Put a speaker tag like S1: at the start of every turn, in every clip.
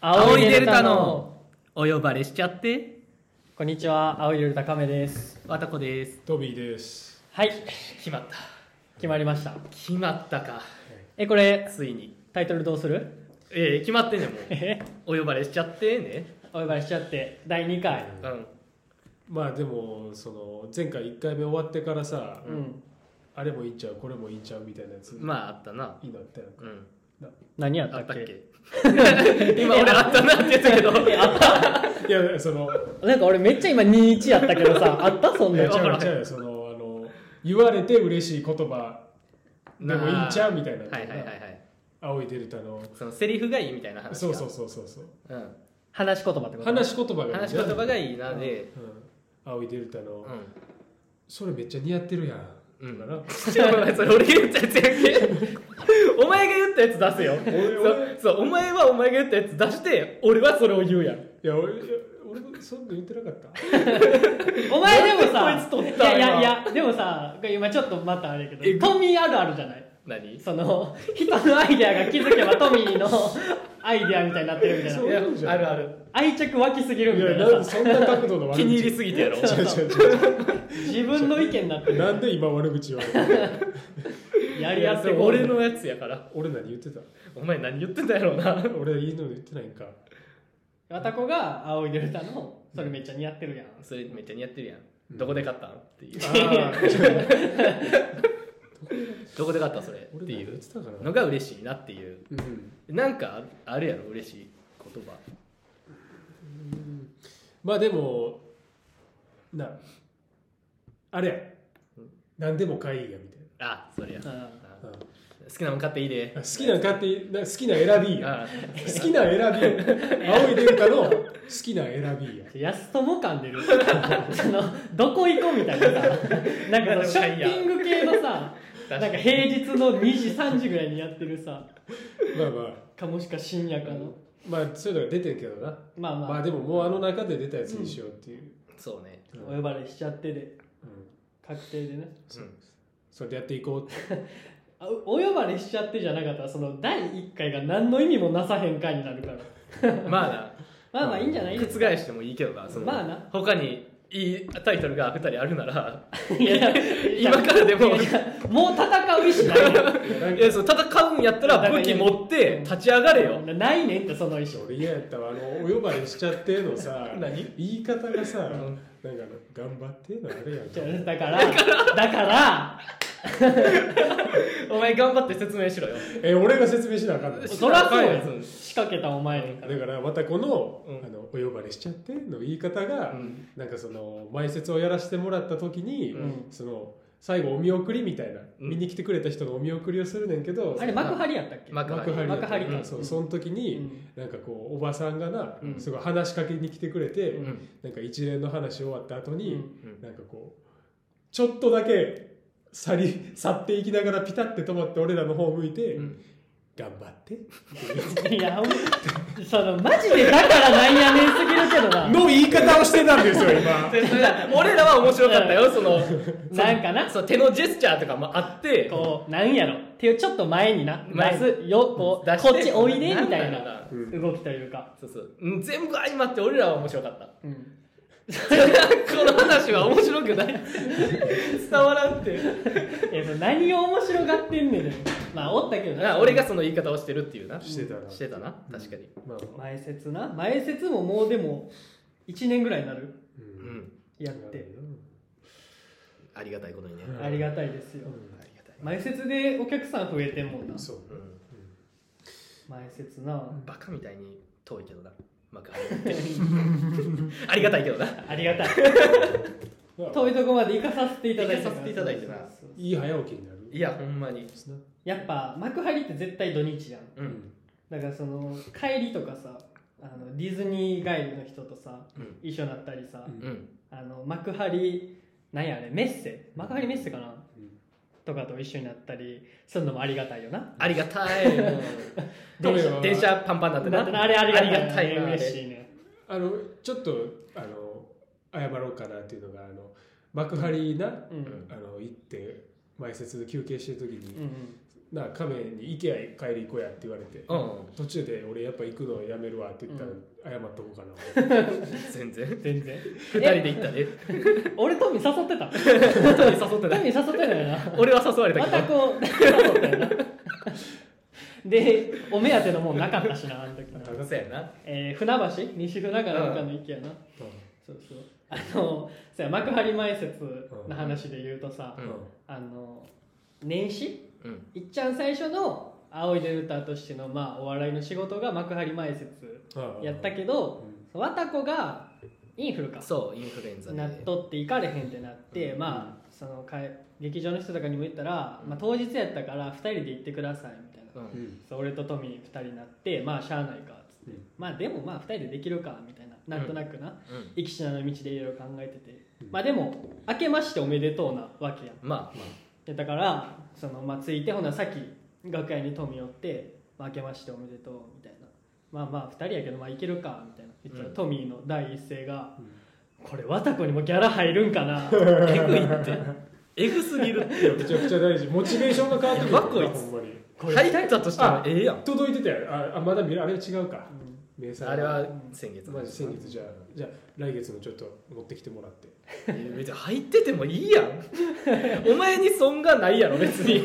S1: 青いデルタのお呼ばれしちゃって
S2: こんにちは青いデルタカメです
S1: わたこです
S3: トビーです。
S2: はい
S1: 決まった
S2: 決まりました
S1: 決まったか
S2: えこれ
S1: ついに
S2: タイトルどうする
S1: ええ決まってんねんも
S2: え
S1: うお呼ばれしちゃってね
S2: お呼ばれしちゃって第2回
S1: うん
S3: まあでもその前回1回目終わってからさ、
S2: うん
S3: あれもいいんちゃうこれもいいんちゃうみたいなやつにな
S1: まああったな
S3: ったや
S1: う
S3: んか。
S1: ん
S2: 何やった
S1: あ
S2: っ
S1: ったっ
S2: け
S1: け今俺あったなって言ったけど
S2: えあった
S3: いやその
S2: なんか俺めっちゃ今21やったけど さあったそん
S3: い
S2: な
S3: や
S2: の
S3: 違う違うよそのあの言われて嬉しい言葉でもいいんちゃうみたいな。
S1: はいはいはいはい
S3: 青いデルタの。
S1: そのセリフがいいみたいな話
S3: そうそううそうそうそう。
S1: うん
S2: 話し言葉ってこと
S3: 話し言葉がいいな
S1: 話し言葉がいいなで
S3: うん青いデルタの、
S1: うん
S3: それめっちゃ似合ってるやん。
S1: うん
S3: だから
S1: ちょお前それ俺が言ったやつやんけお前が言ったやつ出せよ
S3: 俺
S1: そうそうお前はお前が言ったやつ出して俺はそれを言うやん
S3: いや俺いや俺そんな言ってなかった。
S2: お前でも
S1: なんで
S2: さ
S1: こいつ取っ
S2: い
S1: た
S2: や
S1: ん
S2: い
S1: や
S2: やいやでもさ今ちょっとまたあれやけ
S1: え
S2: どトミーあるあるじゃない
S1: 何
S2: その人のアイデアが気づけばトミーのアイデアみたいになってるみたい
S3: そう
S2: な
S1: や
S3: いうじゃん
S1: あるある
S2: 愛着湧きすぎる
S3: い
S2: みた
S3: や
S2: い
S3: なん
S2: な
S3: で
S2: さ
S3: そんな角度の悪口
S1: 気に入りすぎてやろ
S3: 違う違う違う違う。
S2: 自分の意見になってる
S3: なんで今悪口言われた
S2: やり合って
S1: いやそれ
S2: こう
S1: 俺のやつやから
S3: 俺何言ってた
S1: お 前何言ってんだやろうな
S3: 俺いいの言ってないんか
S2: わたこが青いデルタのそれめっちゃ似合ってるやん
S1: それめっちゃ似合ってるやんどこで買ったんっていう
S3: あ
S1: どこで買ったそれって
S3: 俺何
S1: い
S3: 言っ
S1: う
S3: てたかな
S1: のが嬉しいなっていう
S3: うん
S1: なんかあるやろ嬉しい言葉
S3: まあでもなあれや何でも買いやみたい
S1: あそれや
S2: うん
S3: な、うん
S1: 好きなもん買っていいで
S3: 好きなの買っていいな好きなの選びや
S1: あ
S3: 好きなの選びや青いデルタの好きなの選びや
S2: 安友感出る そのどこ行こうみたいなさなんかショッピング系のさな
S1: 確か
S2: ん
S1: に
S2: か平日の2時3時ぐらいにやってるさ
S3: まあまあ
S2: かもしか深夜かの
S3: まあそういうのが出てるけどな
S2: まあまあ、
S3: まあでももうあの中で出たやつにしようっていう、
S1: そうね
S2: お呼ばれしちゃってで
S3: うん
S2: 確定でね
S3: そうそれでやっていこうって
S2: あお呼ばれしちゃってじゃなかったらその第1回が何の意味もなさへん回になるから
S1: まあな
S2: まあまあいいんじゃない
S1: 覆してもいいけどなその、
S2: まあな
S1: 他にいいタイトルが2人あるなら
S2: いやいやいや
S1: 今からでも
S2: いやいやもう戦う意思ないよ
S3: いやなん
S1: い
S3: か
S1: やその戦うんやったら武器持って立ち上がれよ
S2: ないねんってその衣装
S3: 俺嫌やったわあのお呼ばれしちゃって のさ
S1: 何
S3: 言い方がさ、
S1: ん
S3: なんかあの頑張ってのあれやんか
S2: じゃあだからだから
S1: お前頑張って説明しろよ
S3: え俺が説明しなあかんのだ
S2: そらそうや
S1: うん
S2: 仕掛けたお前ねんから
S3: からまたこの,、
S1: うん
S3: あのお呼ばれしちゃっての言い方が、
S1: うん
S3: なんかその前説をやらせてもらった時に、
S2: うん
S3: その最後お見送りみたいな、
S1: うん
S3: 見に来てくれた人のお見送りをするねんけど
S2: あれ幕張やったっけ
S1: 幕張
S3: 幕張
S2: 幕張か
S3: うんそうその時に、
S2: うん
S3: なんかこうおばさんがな、
S1: うん
S3: すごい話しかけに来てくれて、
S1: ん
S3: なんか一連の話終わった後に、
S1: うん
S3: なんかこうちょっとだけ去り去っていきながらピタッて止まって俺らの方向いて、
S1: うん
S3: 頑張って
S2: いやほんそのマジでだからなんやねんすぎるけど な
S3: の言い方をしてたんですよ今
S1: でそれだ俺らは面白かったよその
S2: なんかな
S1: そう手のジェスチャーとかもあって
S2: こうなんやろ手をちょっと前にな
S1: 前
S2: 出すよこう
S1: 出して
S2: こっちおいでみたい
S1: なんだろう
S2: な
S1: な
S3: うん
S2: 動きというか
S1: そうそううん全部相まって俺らは面白かったこ
S2: うん
S1: の話は面白くない伝わらんって
S2: いやその何を面白がってんねんまあおったけど
S1: な
S2: な
S1: 俺がその言い方をしてるっていうな
S3: してたな
S1: してたな確かに
S3: まあまあ
S2: 前説な前説ももうでも1年ぐらいになる
S1: う
S3: う
S1: んん
S2: やって
S1: ありがたいことにね
S3: うん
S2: ありがたいですよ
S3: うん
S1: ありがたい
S2: 前説でお客さん増えてんもんな
S3: そう
S1: うん
S2: 前説な
S1: バカみたいに遠いけどな幕張って ありがたいけどな
S2: ありがたい
S3: まあ
S2: 遠いとこまで行かさせていただいて
S1: 行かさせていただいてな
S2: そうそうそう
S3: いい早起きになる
S1: いやほんまに
S3: ですな
S2: やっぱ幕張って絶対土日やん
S1: うん
S2: だからその帰りとかさあのディズニー帰りの人とさ
S1: うん
S2: 一緒になったりさ、
S3: うん
S1: うん
S2: あの幕張なんやあれメッセ幕張メッセかな、
S3: うん
S2: とかと一緒になったりするのもありがたいよな
S1: ありがた いもう
S3: どれは
S1: 電車パンパンになって
S2: だってなあれありがたいよね
S1: なあれ
S2: 嬉しいね
S3: あのちょっとあの謝ろうかなっていうのがあの幕張な、
S2: うん
S3: あの行って前説で休憩してる時に、
S2: うん
S3: な亀に IKEA 帰り行こうやって言われて、
S1: うん
S3: 途中で俺やっぱ行くのやめるわって言ったら謝っとこうかな、
S1: 全然
S2: 全然
S1: 二人で行ったで
S2: 俺トミー誘ってた
S1: 本当に誘って
S2: ト
S1: ない
S2: ミー誘ってないよ な
S1: 俺は誘われた
S2: ま
S1: け
S2: た
S1: ど
S2: こう誘ったよな でお目当てのもんなかったしなあの時な、
S1: そうやな
S2: えー、船橋西船がなんかの池やな、そうそうあのそうや幕張前説の話で言うとさ、
S1: うん
S2: あの年始
S1: うん
S2: いっちゃん最初の「青いで歌としての、まあ、お笑いの仕事が幕張前説
S3: うん
S2: やったけど和田子がインフルか
S1: そうインフルエンザで
S2: なっとって行かれへんってなって、
S1: うん
S2: まあそのか劇場の人とかにも言ったら、まあ、当日やったから2人で行ってくださいみたいな、
S1: うん
S3: うんうん
S2: そう俺とトミー2人になってまあしゃあないかっつって、
S3: うん
S2: まあでもまあ2人でできるかみたいななんとなくな
S1: うん
S2: 生き品の道でいろいろ考えてて、
S3: うん
S2: まあでも明けましておめでとうなわけやん
S1: まあ
S2: でだからその、まあ、ついてほなさっき楽屋にトミー寄って「まあ、明けましておめでとう」みたいな「まあまあ2人やけどまあいけるか」みたいな言ったら、
S1: うん
S2: トミーの第一声が
S3: うん
S2: 「これ綿子にもギャラ入るんかな」
S1: えぐいってえぐすぎるって
S3: めちゃくちゃ大事モチベーションが変わってくる
S1: いや
S3: よな
S1: こいつ
S3: ほんまに
S2: これ
S1: 入ったとしてもええやん
S3: 届いてたよああまだ見るあれは違うか
S2: うん
S3: 明細
S1: あれは先月
S3: まあ先月じゃあじゃあ来月のちょっと持ってきてもらって
S1: いや別に入っててもいいやん お前に損がないやろ別に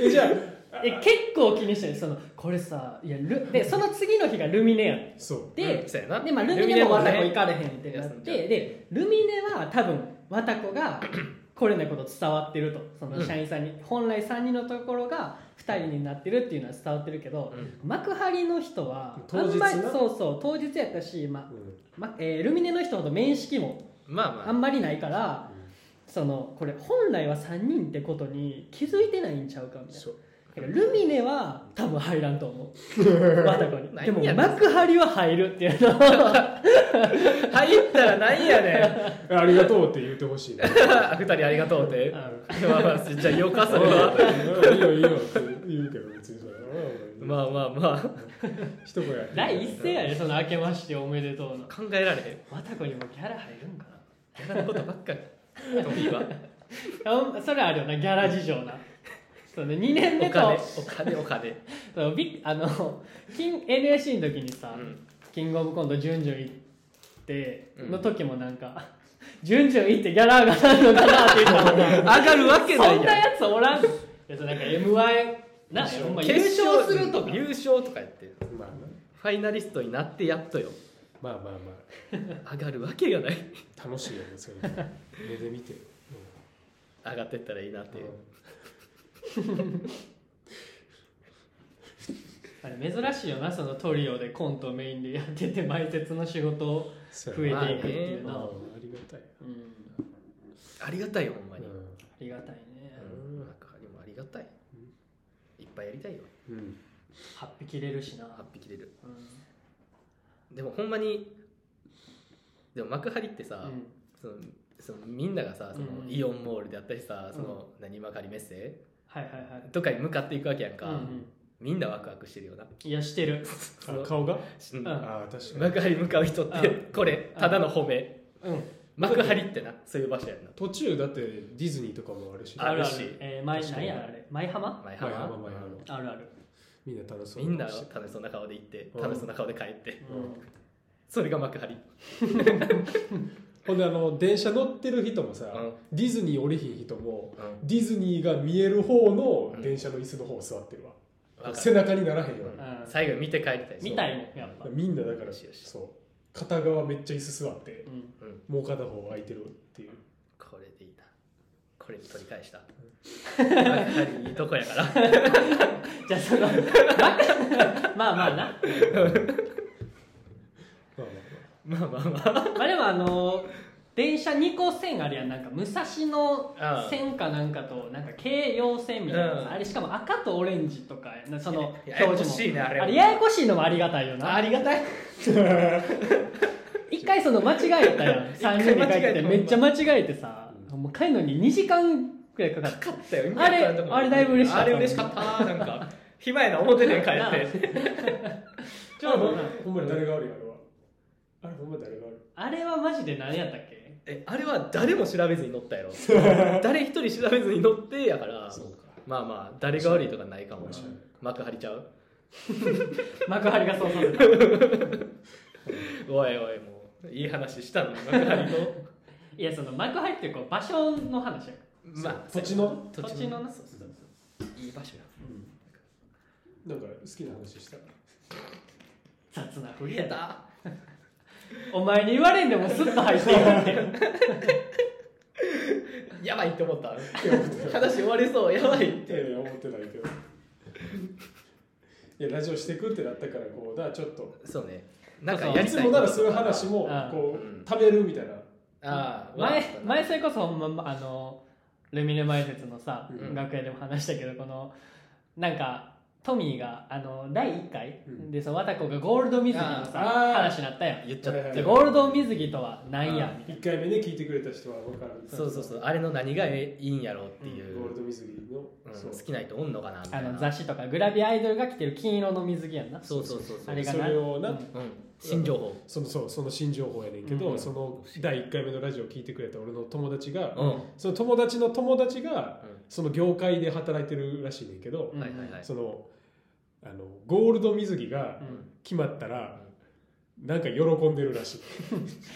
S3: えじゃあ
S2: え結構気にしてるそのこれさいやルでその次の日がルミネやっ
S3: そう
S2: て、
S1: そうやな
S2: で、まあ、ルミネも
S1: ル
S2: 綿
S1: ミ
S2: 子
S1: ネ
S2: 行かれへんってなっ
S1: い
S2: て
S1: やそんじゃ
S2: でルミネは多分綿子が これないこと伝わってるとその
S1: うん
S2: 社員さんに、本来3人のところが2人になってるっていうのは伝わってるけど、幕張の人はあ
S3: 当日
S2: んまり
S3: な
S2: そうそう当日やったし、ま
S3: うん
S2: まえールミネの人ほど面識も
S1: まあまあ
S2: あんまりないからそのこれ本来は3人ってことに気づいてないんちゃうかみたいな
S3: そう
S2: だからルミネは多分入らんと思うわたこにでも
S1: 何やねん
S2: 幕張は入るっていうのは
S1: 入ったらなんやね
S3: ありがとうって言ってほしいな
S1: ん 二人ありがとうって
S2: あの
S1: まあまあじゃあよかそれは
S3: うんいいよいいよって言うけど別にそれは
S1: まあまあま
S3: 一声や
S2: 第一声やねその「明けましておめでとう の
S1: あ」考えられへん
S2: わたこにもギャラ入るんか
S1: ギャラのことばっかりトミーは
S2: なあそれあるよなギャラ事情なそうね2年
S1: お
S2: 目
S1: 金
S2: と
S1: お金お金
S2: そうビあの金 NSC の時にさ、
S1: うん
S2: キングオブコント準々行って
S1: うん
S2: の時もなんか「準々行ってギャラ上がらんのかな」って言ったもんな
S1: 上がるわけな
S2: そ
S1: い
S2: んな
S1: やん
S2: やつおらんいやそうなんか m 1なほんま優
S1: 決
S2: 勝するとか
S1: 優勝とかやって
S3: まあな
S1: ファイナリストになってやっとよ
S3: まあまあま
S1: 上がるわけがない
S3: あ楽しいよねそれは目で見て
S1: 上がってったらいいなって
S3: う
S1: い
S3: ん
S1: う
S2: あれ珍しいよなそのトリオでコントメインでやってて前説の仕事を
S3: そう
S2: 増え
S3: やな
S2: ていくっていう
S3: うん
S2: な、
S3: ありがたい
S2: うん
S1: ありがたいよほんまに
S2: ありがたいね、
S1: うんなんかでもありがたいいっぱいやりたいよ
S3: うんうん
S2: 八8匹入れるしな、
S1: 8匹出る
S2: うん
S1: でもほんまにでも幕張ってさ、
S2: うん
S1: そのそのみんながさその
S2: うん
S1: イオンモールであったりさその、
S2: う
S1: 何幕張メッセ
S2: はいはいはい
S1: とかに向かっていくわけやんか、
S2: うんうん
S1: みんなワクワクしてるよな
S2: 癒やしてる、
S1: そ
S3: あ
S1: の
S3: 顔が
S1: しん
S2: うん
S3: ああ確かに
S1: 幕張に向かう人って
S2: う
S1: これただの褒め
S2: うん、
S1: 幕張ってなそういう場所やんな
S3: 途中だってディズニーとかもあるし
S1: あるし
S2: えー、前
S3: 確か
S2: 何
S3: に
S2: やあれ前浜
S1: 前
S3: 前
S1: 浜
S3: 浜前浜
S2: あるある、
S3: みんな楽しそう
S1: みんな楽しそうな顔で行って
S3: うん
S1: 楽しそうな顔で帰って
S2: うん
S1: それが幕張
S3: ほんであの電車乗ってる人もさ、
S1: うん
S3: ディズニー降りひん人もディズニーが見える方の電車の椅子の方座ってるわ、
S1: わか
S3: 背
S1: る
S3: 中にならへんよ、
S1: うん
S2: うん
S1: 最後に見て帰りたい
S2: 見たいもんやっぱ、
S3: みんなだから
S1: よしよし
S3: そう片側めっちゃ椅子座って
S2: うん
S1: うん、
S3: もう片方空いてるっていう
S1: これでいいなこれに取り返した幕張いいとこやから
S2: じゃあそのままあまあな
S3: まあ
S1: まあまあまあ
S2: まあでもあの電車2個線あるやんなんか武蔵
S1: あ
S2: 野
S1: あ
S2: 線かなんかとなんか京葉線みたいなさ
S1: うん
S2: あれしかも赤とオレンジとかやなその
S1: ややこ
S2: 表示
S1: しいねあ
S2: も
S1: れ
S2: あれややこしいのもありがたいよな
S1: ありがたい
S2: 一回その間違えたやん
S1: 回
S2: 3人で帰って
S1: 間違え
S2: て
S1: た
S2: めっちゃ間違えてさもう帰るのに2時間くらいかかっ
S1: かかったよ
S2: あれあれだいぶ嬉しかった
S1: あれ嬉しかったなんか暇やな思ってて帰って
S2: たち
S3: ち
S2: ょうどな
S3: ほんまに誰があるやろあれほんまに誰がある
S2: あれはマジで何やったっけ
S1: えあれは誰も調べずに乗ったやろ誰一人調べずに乗ってやから
S3: そうか
S1: まあまあ誰が悪いとかないかもな
S3: 面白い
S1: 幕張ちゃう
S2: 幕張がそうさせた
S1: おいおいもういい話したの幕張と
S2: いやその幕張ってこう場所の話やか
S1: まあ
S3: そう土地の
S1: 土
S2: ら土
S1: 地
S2: 地の
S1: の
S2: なそう
S3: そうそう
S1: いい場所や
S3: なんか好きな話した
S2: 雑なふり
S1: 言
S2: や
S1: え
S2: な
S1: た
S2: お前に言われんでもスッと入っていくって
S1: やばいって思った話終わりそうやばいっ
S3: いやい
S1: て
S3: や思ってないけどいやラジオしてくってなったからこうだからちょっと
S1: そうねなんか
S2: そう
S1: や
S3: い
S1: り
S3: つ
S1: たい
S3: もならそういう話
S1: も
S3: も
S2: あ
S3: こ
S1: う
S3: うん食べるみたいな
S1: ああわか
S2: 前
S1: った
S2: 前それこそほんまあのルミネ前説のさ、
S3: うん
S2: 楽屋でも話したけどこのなんかトミーがあの第1回、
S3: うん
S2: でその綿子がゴールド水着のさ
S3: あー
S2: 話になったやん
S1: 言っちゃっ
S3: はいはい
S1: て
S2: でゴールド水着とはなんや
S1: あ
S2: みたい
S3: 1回目ね聞いてくれた人は分かるんで す
S1: そうそうそうあれの何がいいんやろうってい
S3: ゴ
S1: う、
S3: ールド水着の
S1: うん
S3: そう
S1: 好きな人おんのかなみた
S2: ない
S1: な
S2: あの雑誌とかグラビアアイドルが着てる金色の水着やんな
S1: そうそうそうそう
S2: あれが
S3: そ
S2: な
S3: れをな
S2: うん
S1: うん、新情報
S3: そのそうその新情報やねんけど、
S2: うん
S3: その第1回目のラジオ聞いてくれた俺の友達が、
S1: うん、
S3: その友達の友達が
S1: うん
S3: その業界で働いてるらしいねんけど、
S2: うん
S1: はいはいはい
S3: そのあのゴールド水着が
S2: うん
S3: 決まったら、なんか喜んでるらしい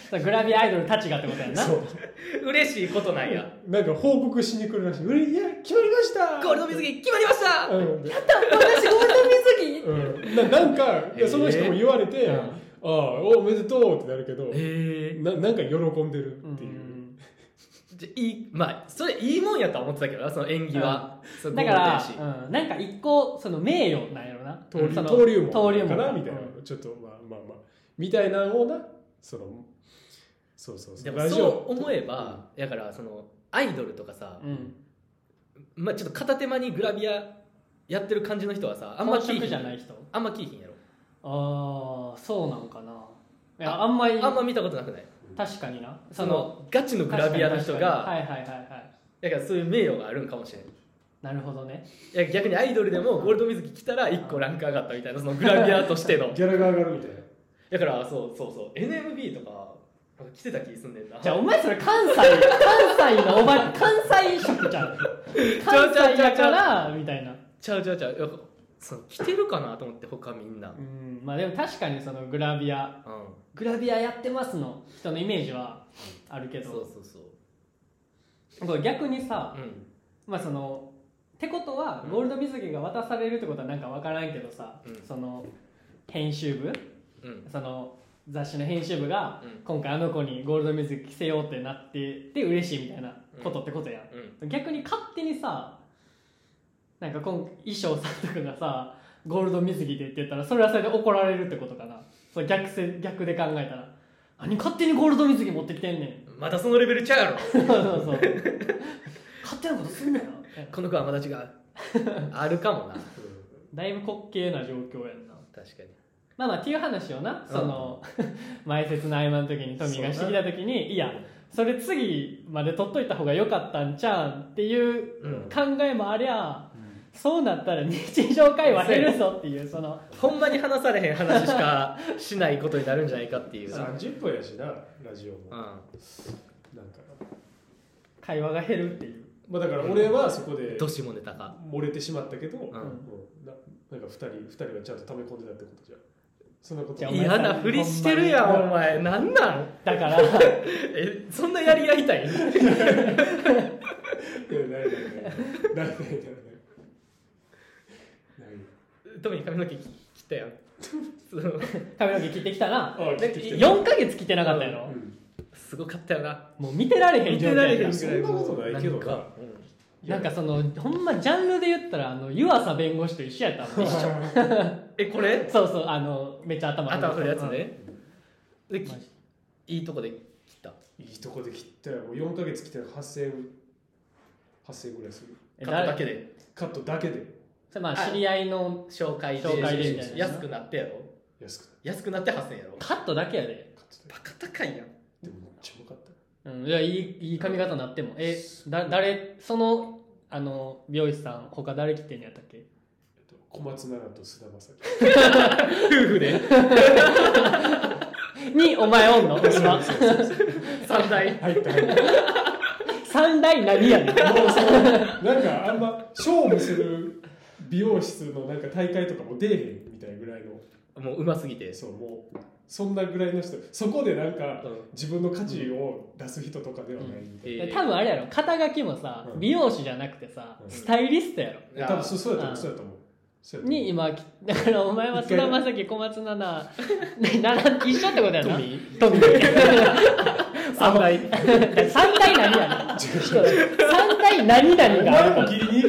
S2: それグラビアアイドルたちがってことやんな
S3: そう
S1: 嬉しいことなんや
S3: なんか報告しに来るらしい「うれいや決まりました!」
S1: ゴールド水着決まりました、
S3: うんで
S2: 私ゴールド水着
S3: うん、ななんか、いやその人も言われて「
S1: うん
S3: ああおおめでとう」ってなる けど、
S1: へえ
S3: ななんか喜んでる
S2: うん
S3: っていう。
S1: じゃいいまあそれいいもんやとは思ってたけどなその演技は、そう
S2: だか
S1: ゴールドやし
S2: ら、うん、なんか一個その名誉なんやろな
S3: 登
S2: そ
S3: 竜
S2: の
S3: 登竜門
S2: 登竜
S3: か
S2: 門
S3: なみたいな、ちょっとまあまあまあみたいなのをなそのそうそうそう
S1: で
S3: ラ
S1: も
S3: ジオ
S1: そう思えば、だからそのアイドルとかさ、
S2: うん
S1: まあ、ちょっと片手間にグラビアやってる感じの人はさあ
S2: あ
S1: ん
S2: ん
S1: ま
S2: ま
S1: 聞い
S2: 聞
S1: ひん
S2: じゃない人
S1: あんま聞いひんやろ
S2: ああそうなんかないやあんまり
S1: あんま見たことなくない
S2: 確かにな
S1: そのガチのグラビアの人
S2: 確かに確か
S1: が
S2: にはいはいはいはい
S1: だからそういう名誉があるんかもしれん
S2: なるほどね
S1: いや逆にアイドルでもゴールド水着着たら1個ランク上がったみたいなそのグラビアとして の
S3: ギャラが上がるみたいな
S1: だからそうそうそう NMB とかなんか着てた気すんねんな
S2: じゃあお前それ関西関西のおば関西色ちゃう関西やからみたいな
S1: ちゃうちゃうちゃういやその着てるかなと思って他みんな
S2: うんまあでも確かにそのグラビア
S1: う
S2: グラビアやってますの人のイメージはあるけ
S1: んそう
S2: ど
S1: そうそう
S2: これ逆にさ
S1: うん
S2: まあそのってことはゴールド水着が渡されるってことはなんか分からんけどさ、
S1: うん
S2: その編集部
S1: うん
S2: その雑誌の編集部が
S1: うん
S2: 今回あの子にゴールド水着着せようってなってで嬉しいみたいなことってことやん、
S1: うん
S2: 逆に勝手にさなんか今衣装さんとかがさゴールド水着でって言ったらそれはそれで怒られるってことかなそう逆せ逆で考えたら何勝手にゴールド水着持ってきてんねん
S1: またそのレベルちゃうやろ
S2: そうそうそう勝手なことすんなよ
S1: この子はまた違 うあるかもな
S2: だいぶ滑稽な状況やんな
S1: 確かに
S2: まあまあっていう話をなその、 前説の合間の時にトミーがしてきた時にいやそれ次まで取っといた方が良かったんちゃうんっていう
S1: うん
S2: 考えもありゃ、そうなったら日常会話減るぞっていうその
S1: ほんまに話されへん話しかしないことになるんじゃないかっていううん
S3: 30分やしなラジオもなんか
S2: 会話が減るっていう、
S3: まあだから俺はそこで
S1: どしもネタか
S3: 漏れてしまったけど、
S1: ん
S3: うんななんか2人二人はちゃんと溜め込んでたってことじゃんそんなこと
S2: じゃあお前
S1: 嫌なふりしてるやんお前なんなん
S2: だから
S1: えそんなやり合いたい
S3: いやないないないないないないないない
S1: 特に髪の毛切ったやんその
S2: 髪の毛切ってきたな
S3: あ切ってきてる
S2: 4ヶ月切ってなかったや
S3: う
S2: ろ
S3: ん
S1: すごかったよな
S2: もう見てられへん
S1: 見
S2: 状態
S1: てられへんぐ
S2: やん
S1: らい
S3: そんなことないけど
S1: ん
S3: な
S1: か、
S2: なんかそのほんまジャンルで言ったらあの湯浅弁護士と一緒やったもん
S1: うんえこれ
S2: そうそうあのめっちゃ頭
S1: 頭振るやつ
S2: うん
S1: ねでき
S2: マジ
S1: いいとこで切った
S3: いいとこで切ったよ。もう4ヶ月切ったら8000円、8000円ぐらいする。
S2: え
S1: 買
S2: 誰
S1: っただけで
S3: カットだけで
S2: それまあ知り合いの
S1: 紹介で
S2: 紹介でみたいな
S1: 安くなってやろ
S3: 安くなっ
S1: 安くなって8000円やろ
S2: カットだけやで、
S3: たカットだ
S1: バカ高いやん
S3: けでもめっちゃうまかった。
S2: うん、いやいいいい髪型になってもえだ誰そのあの美容師さん他誰来てんのやったっけ
S3: えっと、小松菜奈と菅田将
S1: 夫婦で
S2: にお前おんの今
S3: 暉。
S1: 三大
S3: 入った入った。
S2: 三大何やねん
S3: もうそのなんかあんま勝負する美容室のなんか大会とかも出えへんみたいぐらいの
S1: もううますぎて
S3: そうもうそんなぐらいの人そこでなんか
S1: うん
S3: 自分の価値を出す人とかではないみたい
S1: えー
S2: 多分あれやろ肩書きもさ
S3: うん
S2: 美容師じゃなくてさ
S3: うん
S2: スタイリストやろ
S1: いや
S3: な多分そそうやと思
S2: あ
S3: う
S2: ー
S3: そうやと思うそうやと思う
S2: に今きだからお前は菅田将暉小松菜奈ねなら一緒ってことやなトミ ー
S1: 三大
S2: 三大何やねん三大何々があ
S3: お
S2: るから
S3: 前もギリに行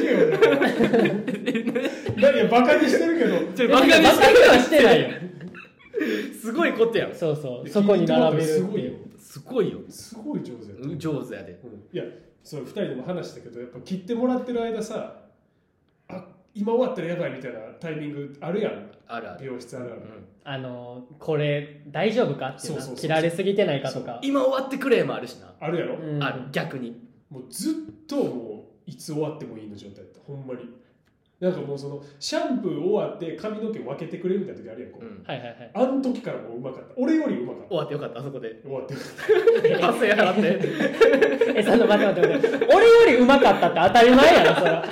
S3: けよ 何やバカにしてるけど
S1: ちょ
S2: バ
S1: バ
S2: カ
S1: カ
S2: に
S1: に
S2: は
S1: して
S2: し
S1: る
S2: てないよ
S1: すごいことやん
S2: そうそう そこに並べる
S3: す
S2: っ
S3: ご
S2: て
S3: い
S2: い
S3: よ
S2: う
S1: すごいよ
S3: すごい上手やと思う
S1: 上手やで
S3: うんいやそう2人でも話したけどやっぱ切ってもらってる間さあ今終わったらやばいみたいなタイミングあるやん
S1: あるある
S3: 美容室あるある、
S2: あのこれ大丈夫かっていう
S3: そうそう
S2: な
S3: そう
S2: 切られすぎてないかとか
S1: 今終わってくれもあるしな
S3: あるやろ、
S2: うん
S1: ある逆に
S3: もうずっともういつ終わってもいいの状態やったほんまになんかもうそのシャンプー終わって髪の毛分けてくれるみたいな時あるやんこう、
S1: うん
S2: はいはいはい
S3: あの時からもううまかった俺よりうまかった
S1: 終わってよかったあそこで
S3: 終わってる
S1: 発生払って
S2: えその待って待って待って俺よりうまかったって当たり前やろそれは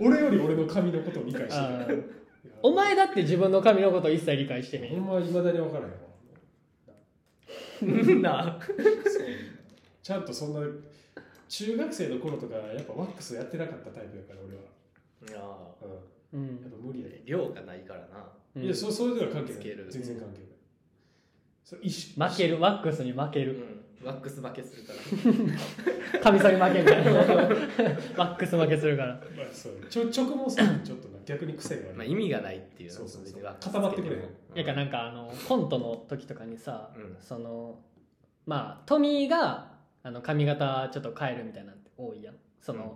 S3: 俺より俺の髪のことを理解してる
S2: あーお前だって自分の髪のこと一切理解してへん
S3: ほんまいまだに分からへんわ
S1: うんな
S3: ちゃんとそんな中学生の頃とかやっぱワックスやってなかったタイプやから俺は、
S1: いや
S3: う、
S2: うん
S3: や
S2: ん
S3: っぱ無理やで、
S1: 量がないからな
S2: うん
S3: いやそそれでは関係な
S1: つけ
S3: い
S1: る
S3: 全然関係ないそう一
S2: 負けるワックスに負け
S1: う
S2: る
S1: んワックス負けす るから
S2: カミソリ負けみたいなワックス負けするから
S3: まあ、そうちょ直毛さんちょっとな逆に癖がある、
S1: まあ意味がないっていうの
S3: そうそうそう
S1: ワックス
S3: 固まってくれ
S1: つけも
S2: いやかなんかあのコントの時とかにさ、
S1: うん
S2: そのまあトミーがあの髪型ちょっと変えるみたいなんて多いやんその、
S1: うん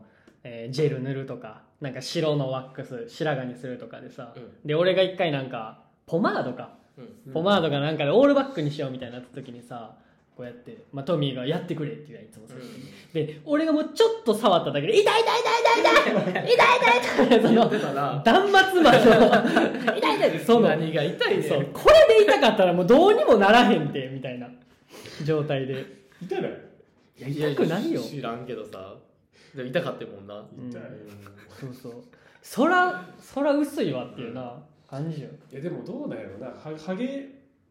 S2: えージェル塗るとかなんか白のワックス白髪にするとかでさ、
S1: う
S2: で俺が一回なんかポマードか
S1: うん
S2: ポマードがなんかでオールバックにしようみたいになった時にさこうやって、まあ、トミーが「やってくれ」って言うやんいつも それ、で俺がもうちょっと触っただけで「痛い痛い痛い痛い痛い痛い痛い痛い」そ
S1: や
S2: の
S1: ってたな
S2: 断末魔の「痛い痛い」ってその
S1: 何が痛いねん
S2: そうこれで痛かったらもうどうにもならへんてみたいな状態で
S3: 痛いない
S1: いや
S2: 痛くないよ
S1: 知らんけどさでも痛かったもんな
S2: うん
S3: 痛い、
S2: そうそうそらそら薄いわっていうな感じよ
S3: いやでもどうなんやろなはハゲ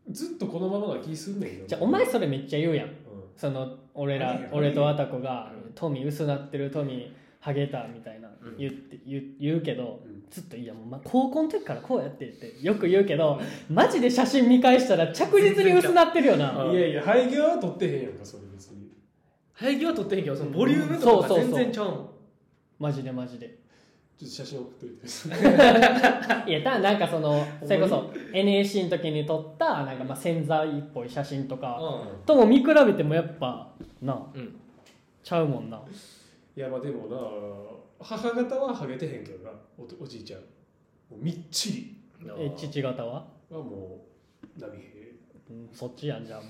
S3: ずっとこのままな気すんねんけど
S2: じゃあお前それめっちゃ言うやん
S3: う
S2: その俺ら
S3: いや
S2: 俺とあたこが
S1: う
S2: 「トミー薄なってるトミーハゲた」みたいな
S1: うん
S2: 言って言う言うけど
S3: うん
S2: ずっと「いやもうま高校の時からこうやって」ってよく言うけどマジで写真見返したら着実に薄なってるよな
S1: うん
S3: んいやいや生え際は取ってへんやんかそれ別に
S1: 生え際取ってへんけどそのボリュームとかが
S2: そうそうそう
S1: 全然ちゃうもん
S2: マジでマジで
S3: ちょっと写真送っといて
S2: いやただなんかそのそれこそ NAC の時に撮ったなんかまあ潜在っぽい写真とか
S1: う
S2: とも見比べてもやっぱなん
S1: うん
S2: ちゃうもんない
S3: やまあでもな母方はハゲてへんけどなおとおじいちゃんもうみっちり
S2: え父方は、
S3: はもう波平
S2: うん、そっちやんじゃあ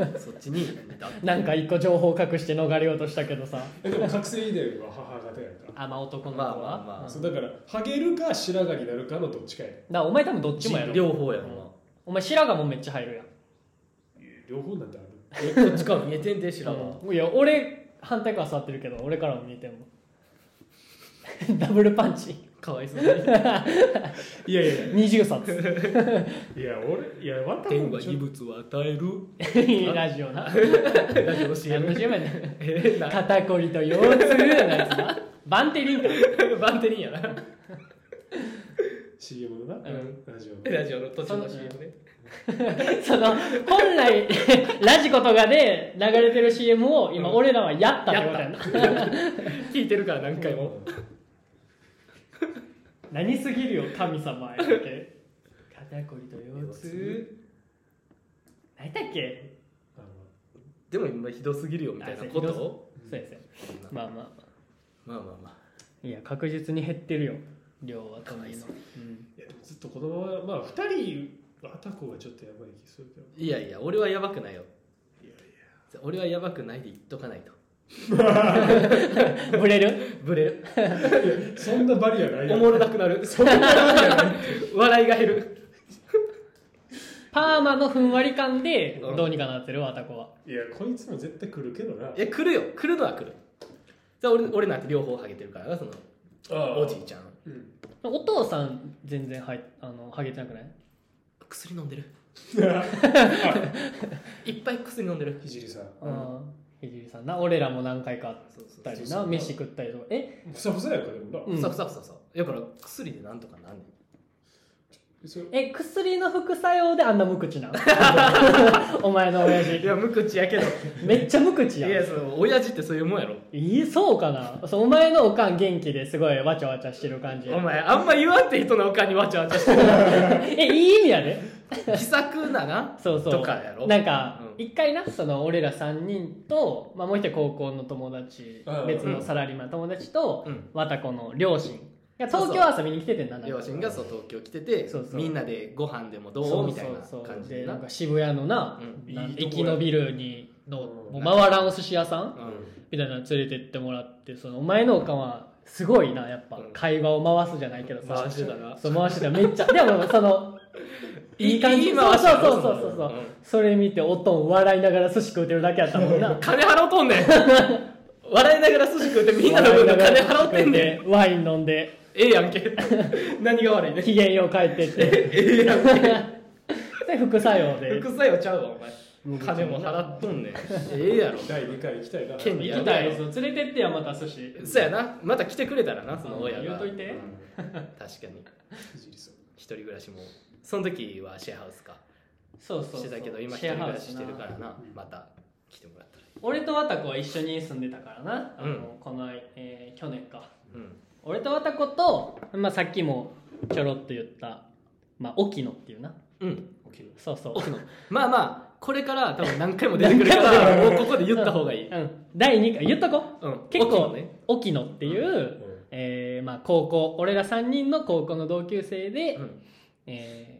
S2: も
S1: そっち に行った
S2: うなんか一個情報隠して逃れようとしたけどさ
S3: えでも覚醒遺伝は母方やんか
S2: あまあ 男の子
S1: ま
S2: は、
S1: あまあまあ
S3: そうだからハゲるか白髪になるかのどっちかやん
S2: だからお前多分どっちもやろ
S1: 両方やも
S2: お前白髪もめっちゃ入るやん
S3: 両方なんてあ
S1: んなえこっちから見えてんで知らんわ
S2: うんいや俺反対側座ってるけど俺からも見えてんもん ダブルパンチ
S1: かわいそうに
S3: るいやいや
S2: 20冊
S3: いや俺いや渡る
S1: 天は異物を与える
S2: ラジオ な
S1: ラジオ CM
S2: 何十万ね
S1: えな
S2: 肩こりと腰痛のやつ なバンテリンか
S1: バンテリンやな
S3: CM のな、
S1: ん
S3: ラジオの
S1: ラジオの途中の CM ね
S2: その本来ラジコとかで流れてる CM を今
S1: うん
S2: 俺らはやったってことやな
S1: 聞いてるから何回も
S2: 何すぎるよ神様やって肩こりと腰痛何だっけ
S3: あの
S1: でも今ひどすぎるよみたいなこ
S2: あそう
S1: と
S2: そうやそうやまあまあま
S1: まあまあまあ
S2: あいや確実に減ってるよ量はか
S1: かわいそう
S2: うん、
S3: いやでもずっとこのまままあ2人はアタコはちょっとやばい気するけど
S1: いやいや俺はやばくないよ
S3: いやい
S1: 俺はやばくないで言っとかないと
S2: ブレる
S1: ブレる
S3: やそんなバリアないや
S1: お
S3: ん
S1: もろなくなる笑いが減る
S2: パーマのふんわり感で
S1: うん
S2: どうにかなってるわタコは。
S3: いやこいつも絶対来るけどない
S1: や来るよ来るのは来るじゃあ俺俺なんて両方ハゲてるからなその
S3: あ
S1: おじいちゃん
S3: うん
S2: お父さん全然はいあのハゲてなくない
S1: 薬飲んで る
S3: あ
S1: いっぱい薬飲んでる
S3: ひじりさん
S2: ああ、ひじりさんな俺らも何回か
S1: そうそ
S2: 食っ
S1: う
S2: たり
S3: そうそ
S2: な
S3: う
S2: 飯食ったりとかえ
S3: ふさふさやからでもな、
S2: うん
S1: ふさふさふさふさだから薬でなんとかなんねん
S3: それ
S2: え薬の副作用であんな無口なん お前の親
S1: い
S2: 父
S1: や無口やけど
S2: めっちゃ無口
S1: い
S2: やん
S1: やその親父ってそういうもんやろ
S2: いえそうかなそうお前のおかん元気ですごいわちゃわちゃしてる感じ
S1: お前あんま言わんって人のおかんにわちゃわちゃしてる
S2: えいい意味やで
S1: 気さくだな
S2: そうそう
S1: とかやろ
S2: なんか
S1: うん
S2: 一回なその俺ら3人と、まあ、もう一人高校の友達
S3: うん
S2: 別のサラリーマンの友達と
S1: うん
S2: わたこの両親が東京遊びに来ててんななんか
S1: 両親がそう東京来てて
S2: そうそう
S1: みんなでご飯でもどうみたいな
S2: そうそう
S1: 感
S2: そう
S1: じ
S2: で
S1: で
S2: な
S1: なん
S2: か渋谷のな,
S1: うん
S2: な、
S3: いいと
S2: 生
S3: こ
S2: き
S3: や
S2: 延びるにの
S3: う
S2: も
S3: ん
S2: う回らんお寿司屋さん
S1: う
S2: みたいなの連れてってもらってそのお前のおかんはすごいなやっぱ、
S1: うん
S2: 会話を回すじゃないけど
S1: ん
S2: さ
S1: 回してたな
S2: そう回してためっちゃでもその いい感じ
S1: 回し
S2: そうそ
S1: た
S2: うそうそうそうそう、それ見ておとん笑いながら寿司食うてるだけやったもんな
S1: うん金払うとんねん笑いながら寿司食うて みんなの分の金払ってんねん
S2: んワイン飲んで
S1: ええやんけ 何が悪いね
S2: 機嫌よう帰ってって
S1: ええやんけ
S2: で副作用で
S1: 副作用ちゃうわお前金も払っとんねんええやろ
S3: 第2回行きたいな
S1: 権利
S2: 行きたいです連れてってやまた寿司
S1: そうやなまた来てくれたらなその親が
S2: 言うといて
S1: うん確かに
S3: ひじりさん
S1: 一人暮らしもその時はシェアハウスか
S2: そうそうそう
S1: してたけど今一
S2: シェ
S1: 人
S2: アハ
S1: 暮
S2: ウ
S1: ら
S2: ス
S1: ししてるから
S2: な
S1: なまた来てもらったらい
S2: 俺とわたこは一緒に住んでたからな、あ
S1: う
S2: のこの、えー去年か
S1: いうん
S2: 俺とわたこと、まあ、さっきもちょろっと言った、まあ、沖野っていうな
S1: うん
S3: 起きる
S2: そうそう
S1: 奥のまあまあこれから多分何回も出てくるか
S2: 何
S1: ら
S2: 回も
S1: もうここで言った方がいい、
S2: うん、うん第2回言っとこ
S1: うん、
S2: 結構
S1: 奥のね
S2: 沖野っていう、
S3: うん
S2: えーまあ、高校俺ら3人の高校の同級生で、
S1: うん
S2: え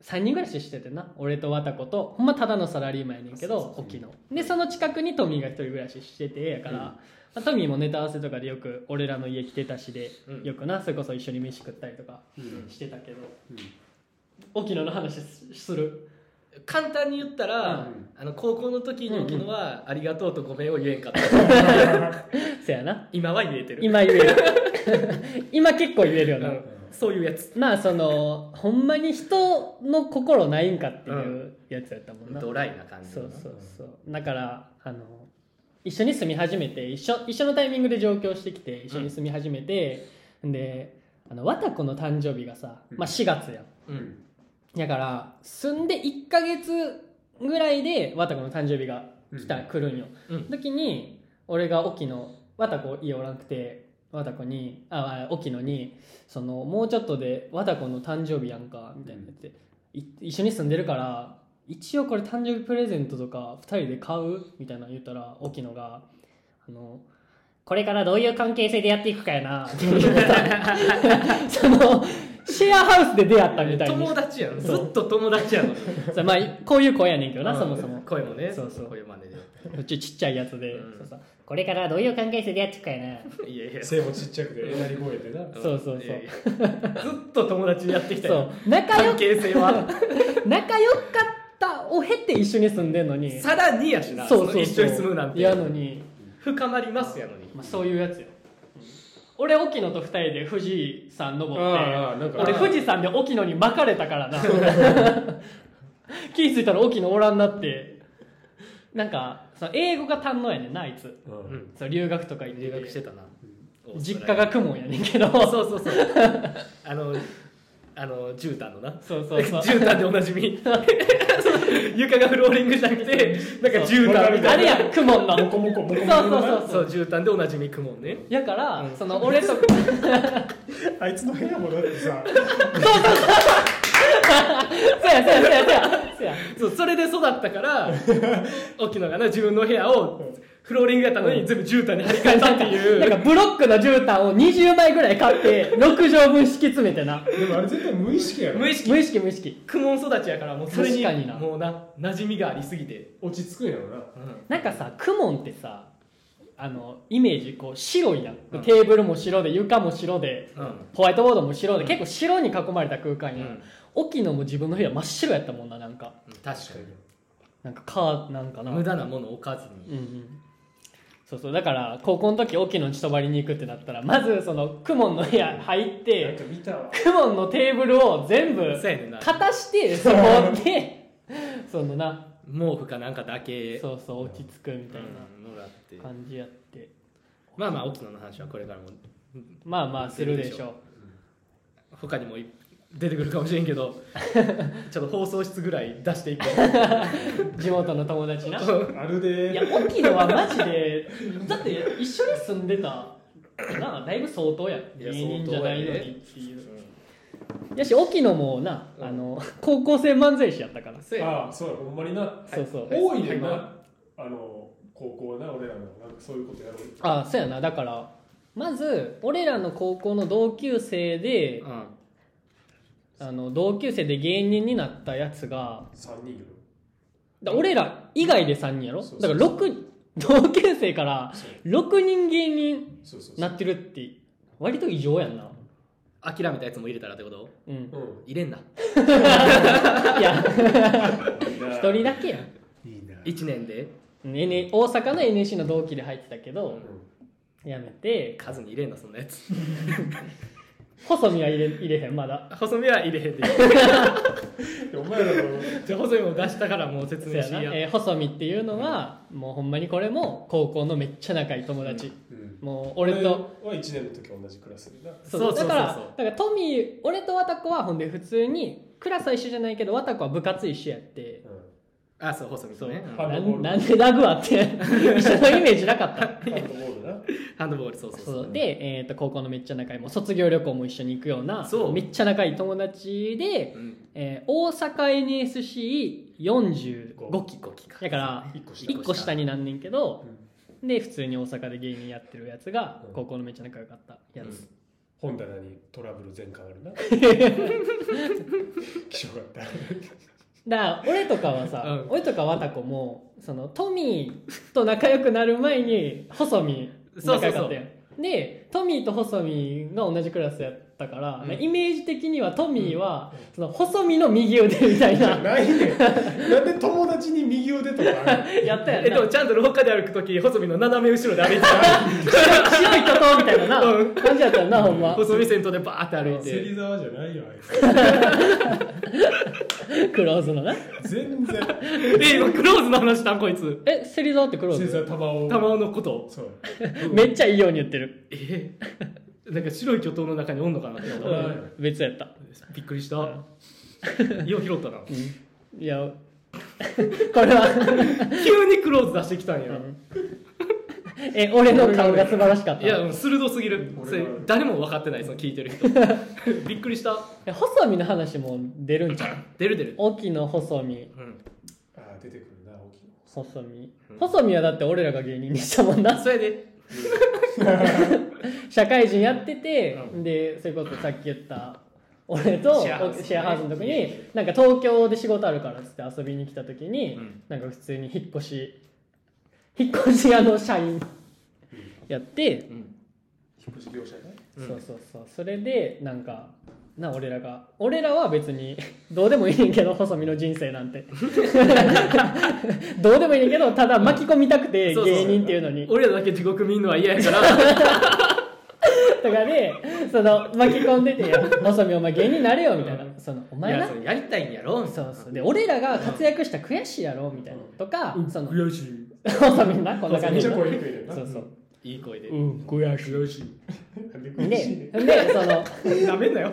S2: 3人暮らししててな俺とわたことほんまただのサラリーマンやねんけ
S1: そう
S2: ど
S1: そうそう
S2: 沖野でその近くにトミーが一人暮らししててやから、
S1: うん
S2: まあ、トミーもネタ合わせとかでよく俺らの家来てたしで、
S1: うん
S2: よくなそれこそ一緒に飯食ったりとか
S3: うん
S2: してたけど沖野の話すする
S1: 簡単に言ったら、
S3: うん
S1: あの高校の時に沖野は「ありがとう」と「ごめん」を言えんかった、
S2: せやな
S1: 今は言えてる
S2: 今言え る今結構言えるよな、
S1: うんそういうやつ
S2: まあそのほんまに人の心ないんかっていうやつやったもんな、
S1: ドライな感じ
S2: そ
S1: の
S2: う
S1: な
S2: そうそうだからあの一緒に住み始めて一緒一緒のタイミングで上京してきて一緒に住み始めて、であの綿子の誕生日がさ、まあ、4月やん
S1: うん
S2: だから住んで1ヶ月ぐらいで綿子の誕生日が来た、
S3: うん
S2: 来るんよ、
S1: うん
S2: 時に俺が沖野綿子家おらんくて綿子にああ沖野にその「もうちょっとで綿子の誕生日やんか」みたいなやって、い一緒に住んでるから一応これ誕生日プレゼントとか2人で買うみたいなの言ったら沖野が「あのこれからどういう関係性でやっていくかやな」って言ってたそのシェアハウスで出会ったみたいに
S1: 友達やんず
S2: そう
S1: っと友達やのに
S2: そうまあこういう子やねんけどな、
S1: うん
S2: そもそも
S1: 声もね
S2: そうそう
S1: こういう真似
S2: うちちっちゃいやつで、
S1: うん
S2: そうそうこれからどういう関係性でやっていくかやな
S1: でいやいや
S3: 背もちっちゃくてえなり声でな
S2: そうそうそう
S1: いやいやずっと友達でやってきた
S2: そ
S1: よ
S2: う仲良
S1: 関
S2: く
S1: 係性は
S2: 仲良かったを経て一緒に住んでんのに
S1: さらにやしな
S2: そうそうそう
S1: の一緒に住むなんて
S2: やのに、
S1: 深まりますやのに
S2: まあ、そういうやつよ、俺沖野と二人で富士山登って
S3: ああなんか
S2: 俺富士山で沖野に巻かれたからな 気づいたら沖野おらんなってなんかその英語が堪能やねんなあいつ
S3: う
S1: うんん
S2: そう留学とか行ってて
S1: 留学してたな
S2: 実家が公文やねんけど
S1: そうそうそうあのあの絨毯のな
S2: そうそうそう
S1: 絨毯でおなじみ床がフローリングじゃなくてなんか絨毯みた
S2: あ
S1: いな
S2: れやん公文の
S3: モコモコモコモコ
S2: そう
S3: な
S2: そうそう
S1: そう絨毯でおなじみくもんね
S2: やから、
S1: うん
S2: その俺と
S3: あいつの部屋もだってさ
S2: そうやそうやそうやそうやそうや
S1: そうそれで育ったから 沖野がな自分の部屋をフローリングやったのに全部絨毯に張り替えたってい う
S2: なんかブロックの絨毯を20枚ぐらい買って6畳分敷き詰めてな
S3: でもあれ絶対無意識やろ
S1: 無意識
S2: 無意識無意識
S1: 公文育ちやからもうそれに
S2: 確かにな
S1: もうな馴染みがありすぎて、
S3: 落ち着くんやろな
S2: なんかさクモンってさあのイメージこう白いやん、
S1: うん
S2: テーブルも白で床も白で
S1: うん
S2: ホワイトボードも白で結構白に囲まれた空間やん、沖野も自分の部屋真っ白やったもんななんか
S1: うん確か
S2: なんかカーなんかな
S1: に無駄なものを置かず
S2: うん
S1: に
S2: うんそうそうだから高校の時沖野に泊まりに行くってなったらまずそのクモンの部屋入っ
S3: なん
S2: て
S3: か見たわ
S2: クモンのテーブルを全部
S1: そうやねんな
S2: かたしてそこ でそのな
S1: 毛布かなんかだけ
S2: そうそう落ち着くみたい
S1: うんもらって
S2: な感じやって
S1: まあまあ沖野の話はこれからも
S2: まあまあするでしょ
S1: 他にもい出てくるかもしれんけど ちょっと放送室ぐらい出していこ
S2: う地元の友達な
S1: う
S3: あるで
S2: いや沖野はマジでだって一緒に住んでたなだいぶ相当や
S1: いや
S2: 芸人じゃないの
S1: 相当や
S2: にっていう
S1: う
S2: やし沖野もな、
S1: うん
S2: あの高校生漫才師やったから
S1: んそうやな
S3: ああそうやほんまにな
S2: そうそう
S3: 多いねんな、
S1: は
S3: あの高校な俺らのなんかそういうことやろうって
S2: あそうやなだからまず俺らの高校の同級生で
S1: うん
S2: あの同級生で芸人になったやつが
S3: 3人いる
S2: だ俺ら以外で3人やろ
S3: そう
S2: だ
S3: そう
S2: か
S3: そう
S2: ら6同級生から
S3: そう
S2: 6人芸人
S3: そうそうそう
S2: なってるって割と異常やんな
S1: 諦めたやつも入れたらってこと
S2: うん
S3: う
S1: 入れんない
S2: や
S3: んいいな
S2: 1人だけやん
S3: いいな
S1: 1年で
S2: N 大阪の NSC の同期で入ってたけ
S3: う
S2: ど
S3: ん
S2: やめて
S1: 数に入れんなそんなやつ
S2: 細身は入れ入れへんまだ
S1: 細身は入れへんで
S3: でお前らの
S1: じゃあ細身も出したからもう説
S2: そう
S1: 明
S2: や
S1: し
S2: な、
S1: や
S2: えー細身っていうのはもうほんまにこれも高校のめっちゃ仲いい友達、
S3: うん
S2: もう俺と
S3: は1年の時同じクラスでな
S2: そう
S1: そうそうそうそう
S2: だからだからトミー俺と綿子はほんで普通にクラスは一緒じゃないけど綿子は部活一緒やって
S3: う
S1: あそう細身とね
S2: そう
S1: うん
S3: ハン
S2: な
S3: ドボー
S2: ん
S3: ル
S2: なんでラグ わって一緒のイメージなかった
S3: んハンドボールな
S1: ハンドボールそうそうそう
S2: そうで、えー、と高校のめっちゃ仲いいもう卒業旅行も一緒に行くような
S1: そう
S2: めっちゃ仲いい友達で、
S1: うん
S2: えー大阪 NSC45 期
S1: 5期か
S2: だから
S3: 1個下
S2: 1個下になんねんけど
S3: うん
S2: で普通に大阪で芸人やってるやつが
S3: うん
S2: 高校のめっちゃ仲良かったやつ、
S3: 本棚にトラブル全巻あるな気象があった
S2: だから俺とかはさ、
S1: うん
S2: 俺とか和田子もそのトミーと仲良くなる前に細見
S1: そうそうそう
S2: 仲良かったやんでトミーと細見が同じクラスやったから、
S1: うん
S2: イメージ的にはトミーは、その細見の右腕みたい
S3: じゃ
S2: な
S3: ないねんなんで友達に右腕とかある
S2: やったやん
S1: えでも
S2: な
S1: ちゃんと廊下で歩く時細身の斜め後ろで歩いてた
S2: 白いとこみたいなな、
S1: うん
S2: 感じやったよなほんま
S1: 細身先頭でバーって歩いて
S3: 芹沢じゃないよあい
S2: クローズのな
S3: つ全然
S1: え今クローズの話したんこいつ
S2: え芹沢ってクロー
S3: 芹
S2: ズ
S3: 沢玉を
S1: 玉尾のこと
S3: そう
S2: めっちゃいいように言ってる、
S1: えなんか白い巨頭の中におんのかなって思っ
S2: う
S1: た
S3: うん
S2: ん、別やった、
S1: びっくりしたよう拾ったな
S2: うんいや これは
S1: 急にクローズ出してきたんや
S2: え俺の顔が素晴らしかった
S1: いやうん鋭すぎる
S3: 俺は
S1: それ誰も分かってないその聞いて る人びっくりした
S2: え細身の話も出るんじゃ ん
S1: 出る出る
S2: 沖野細身
S1: うん
S3: あー出てくるな大きいの
S2: 細身
S1: うん
S2: 細身はだって俺らが芸人にしたもんな
S1: それで
S2: 社会人やってて、
S1: う
S2: でそれこそさっき言った俺と
S1: シェアハウスね
S2: シェアハウスの時になんか東京で仕事あるからっつって遊びに来た時に、
S1: うん
S2: なんか普通に引っ越し引っ越し屋の社員やって、
S1: うん
S3: 引っ越し業者ね
S1: うん
S2: そうそうそうそれでなんかな俺らが俺らは別に どうでもいいねんけど細身の人生なんて どうでもいいねんけどただ巻き込みたくて
S1: そうそう
S2: 芸人っていうのに
S1: 俺らだけ地獄見んのは嫌や から
S2: とかでその巻き込んでていや「細身お前芸人になれよ」みたいな「そのお
S1: い
S2: 前
S1: や
S2: な
S1: それやりたいんやろ
S2: そうそうで俺らが活躍したら悔しいやろ」みたいなとかその
S1: 悔し
S2: 細身なこんな感
S3: めっ
S2: じ
S3: ちゃ
S2: の
S3: 声低いねんな
S2: そうそう
S1: いいい声で
S2: うん悔し
S3: 嬉しいなんで
S2: い
S3: 悔しい ね
S2: ででその
S1: ダメだよ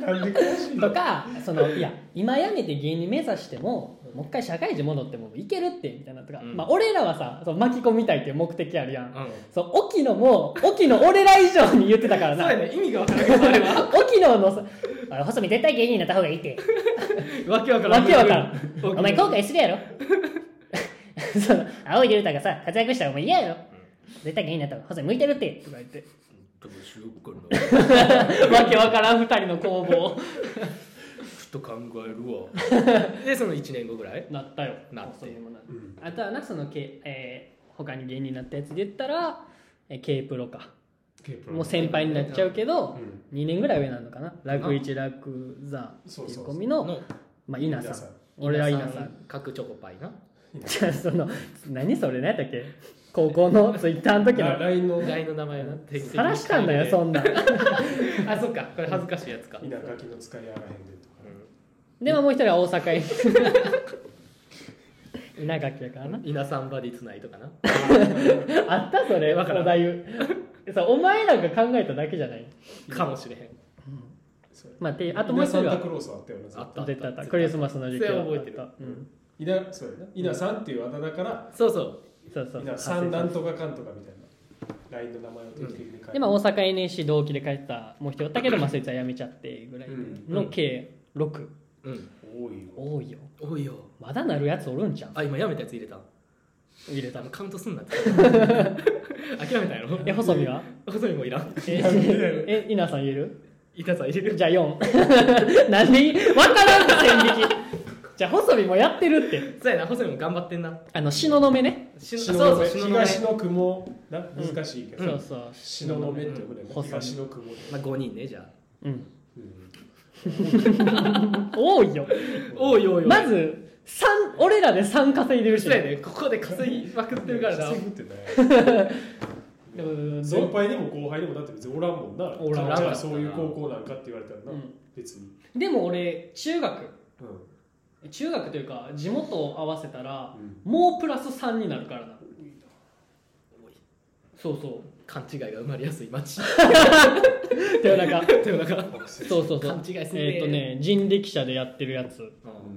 S3: なんで悔しい
S2: と
S3: の
S2: かそのいや今やめて芸人目指してももう一回社会人戻ってもいけるってみたいなとか、
S1: うん
S2: まあ、俺らはさそう巻き込みたいっていう目的あるやん、
S1: うん
S2: そう沖野も沖野俺ら以上に言ってたから
S1: そう
S2: な
S1: やね意味がわからんけどあれ は
S2: 沖野のさ「あれ細見絶対芸人になった方がいいって
S1: わけわからん
S2: わけわからん
S1: 大きな
S2: お前後悔するやろ」 その青いデルタがさ活躍したらお前嫌やろ絶対芸人になった方が細見向いてるってとか言って
S1: どうしようかな
S2: わけわからん二人の攻防
S1: ちょっと考えるわ でその1年後ぐらい
S2: なったよ
S1: なって
S2: 細身もなって
S3: うん
S2: あとはなその、けえー他に芸人になったやつで言ったら、えー、K プロか
S3: ケープ
S2: もう先輩になっちゃうけど
S3: うん
S2: 2年ぐらい上なのかな楽一楽座って
S3: そう
S2: い
S3: そうう
S2: コ
S3: そう
S2: ンビの、まあ、稲
S3: 皆
S2: さ
S3: さ
S2: ん
S3: ん
S2: 俺は稲さん
S1: 各チョコパイな
S2: じゃあその何それ何やったっけ高校のツイッターの時
S3: ラ
S2: の
S3: LINE の
S1: ラインの名前な定期的に
S2: 晒したんだよそんなん
S1: あそっかこれ恥ずかしいやつか、
S3: 稲垣の使いあらへんでとか
S2: でももう一人は大阪に 稲垣やからな
S1: 稲さんバディつないとかな
S2: あったそれ
S1: わ
S2: お
S1: からん
S2: 題そうお前らが考えただけじゃない
S1: かもしれへん
S3: そう
S2: まあてあ
S3: あ
S2: と
S3: と
S2: もう一
S3: 稲
S2: 人
S3: サンタ
S2: は
S3: クロースあったよな絶対
S1: あった
S2: 出た
S1: 絶対
S2: クリスマスの時期は
S1: それは覚えてる
S2: あったうん
S3: 稲そうやな稲さんっていうあだ名から
S1: そうそう
S2: そうそう
S3: 稲さんなんとかかんとかみたいな LINE の名前を定期的に変え
S2: で
S3: る
S2: まあ大阪 NSC 同期で帰ったもう一人おった けどまあそいつは辞めちゃってぐらいの計6
S1: うん
S3: 多いよ
S2: 多いよ
S1: おいよ
S2: まだなるやつおるんじゃん
S1: あ今やめたやつ入れた
S2: 入れ
S1: 多
S2: た
S1: 分カウントすんなっ て諦めたやろ
S2: え細身は
S1: 細身もいらん
S2: ええ稲さん言える
S1: 板さん入 れる
S2: じゃあ4なんで分からんか線引きじゃあ細身もやってるって
S1: そうやな細身も頑張ってんな
S2: あの東雲ね、
S1: し
S3: 東
S1: そうそう
S3: 雲
S1: しのの
S3: 東の雲な難しいけ
S2: そ
S3: ど
S2: うそう
S3: 東雲って呼ぶね
S2: 細身
S3: 東の雲で
S1: まあ、5人ねじゃあ
S2: うん
S3: うん
S2: 多いよ
S1: おいおいおい
S2: まず三俺らで3稼いでるし
S1: そうやねここで稼ぎまくってるからな
S3: 防ぐってね
S2: でも
S3: 先輩でも後輩でもだって別におらんもんな
S2: おらん
S3: じゃあそういう高校なんかって言われたらな、
S2: うん
S3: 別に、
S2: でも俺中学
S3: うん
S2: 中学というか地元を合わせたら
S3: うん
S2: もうプラス3になるからなそうそ
S1: 勘違いが生まれやすい街
S2: うでもなんか
S1: でもなんか
S3: 学生
S2: そうそうそう
S1: 勘違いするね
S2: えっ、とね人力車でやってるやつ
S1: う